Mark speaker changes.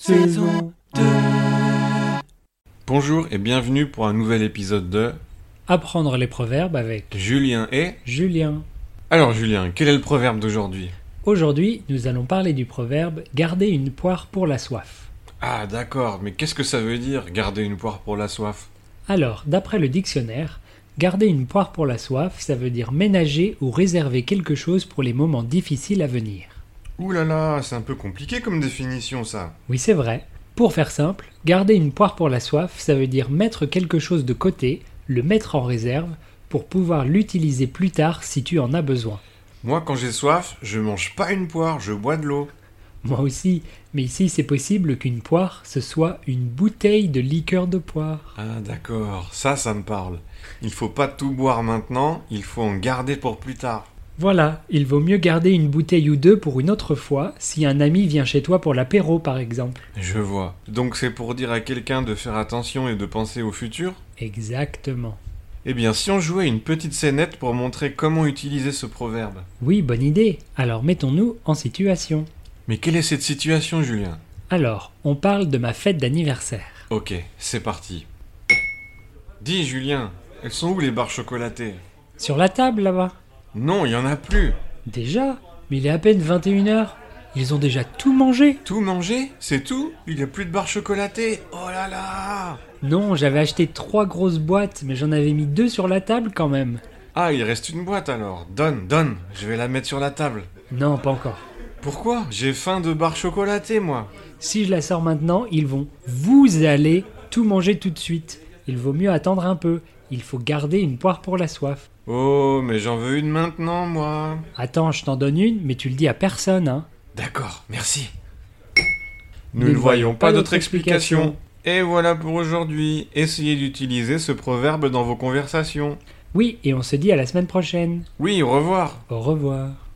Speaker 1: saison 2.
Speaker 2: Bonjour et bienvenue pour un nouvel épisode de
Speaker 1: Apprendre les proverbes avec
Speaker 2: Julien et...
Speaker 1: Julien.
Speaker 2: Alors Julien, quel est le proverbe d'aujourd'hui
Speaker 1: Aujourd'hui, nous allons parler du proverbe garder une poire pour la soif.
Speaker 2: Ah d'accord, mais qu'est-ce que ça veut dire garder une poire pour la soif
Speaker 1: Alors, d'après le dictionnaire, garder une poire pour la soif, ça veut dire ménager ou réserver quelque chose pour les moments difficiles à venir.
Speaker 2: Ouh là là, c'est un peu compliqué comme définition ça.
Speaker 1: Oui, c'est vrai. Pour faire simple, garder une poire pour la soif, ça veut dire mettre quelque chose de côté, le mettre en réserve, pour pouvoir l'utiliser plus tard si tu en as besoin.
Speaker 2: Moi quand j'ai soif, je mange pas une poire, je bois de l'eau.
Speaker 1: Moi aussi, mais ici c'est possible qu'une poire, ce soit une bouteille de liqueur de poire.
Speaker 2: Ah d'accord, ça ça me parle. Il faut pas tout boire maintenant, il faut en garder pour plus tard.
Speaker 1: Voilà, il vaut mieux garder une bouteille ou deux pour une autre fois, si un ami vient chez toi pour l'apéro par exemple.
Speaker 2: Je vois. Donc c'est pour dire à quelqu'un de faire attention et de penser au futur
Speaker 1: Exactement.
Speaker 2: Eh bien si on jouait une petite scénette pour montrer comment utiliser ce proverbe.
Speaker 1: Oui, bonne idée. Alors mettons-nous en situation.
Speaker 2: Mais quelle est cette situation Julien
Speaker 1: Alors, on parle de ma fête d'anniversaire.
Speaker 2: Ok, c'est parti. Dis Julien, elles sont où les barres chocolatées
Speaker 1: Sur la table là-bas
Speaker 2: Non, il y en a plus.
Speaker 1: Déjà Mais il est à peine 21h. Ils ont déjà tout mangé
Speaker 2: Tout manger C'est tout Il n'y a plus de barres chocolatées Oh là là
Speaker 1: Non, j'avais acheté trois grosses boîtes, mais j'en avais mis deux sur la table quand même.
Speaker 2: Ah, il reste une boîte alors. Donne, donne, je vais la mettre sur la table.
Speaker 1: Non, pas encore.
Speaker 2: Pourquoi J'ai faim de barres chocolatées moi.
Speaker 1: Si je la sors maintenant, ils vont vous allez tout manger tout de suite. Il vaut mieux attendre un peu. Il faut garder une poire pour la soif.
Speaker 2: Oh, mais j'en veux une maintenant moi.
Speaker 1: Attends, je t'en donne une, mais tu le dis à personne, hein.
Speaker 2: D'accord, merci.
Speaker 1: Nous ne voyons pas d'autre explication.
Speaker 2: Et voilà pour aujourd'hui. Essayez d'utiliser ce proverbe dans vos conversations.
Speaker 1: Oui, et on se dit à la semaine prochaine.
Speaker 2: Oui, au revoir.
Speaker 1: Au revoir.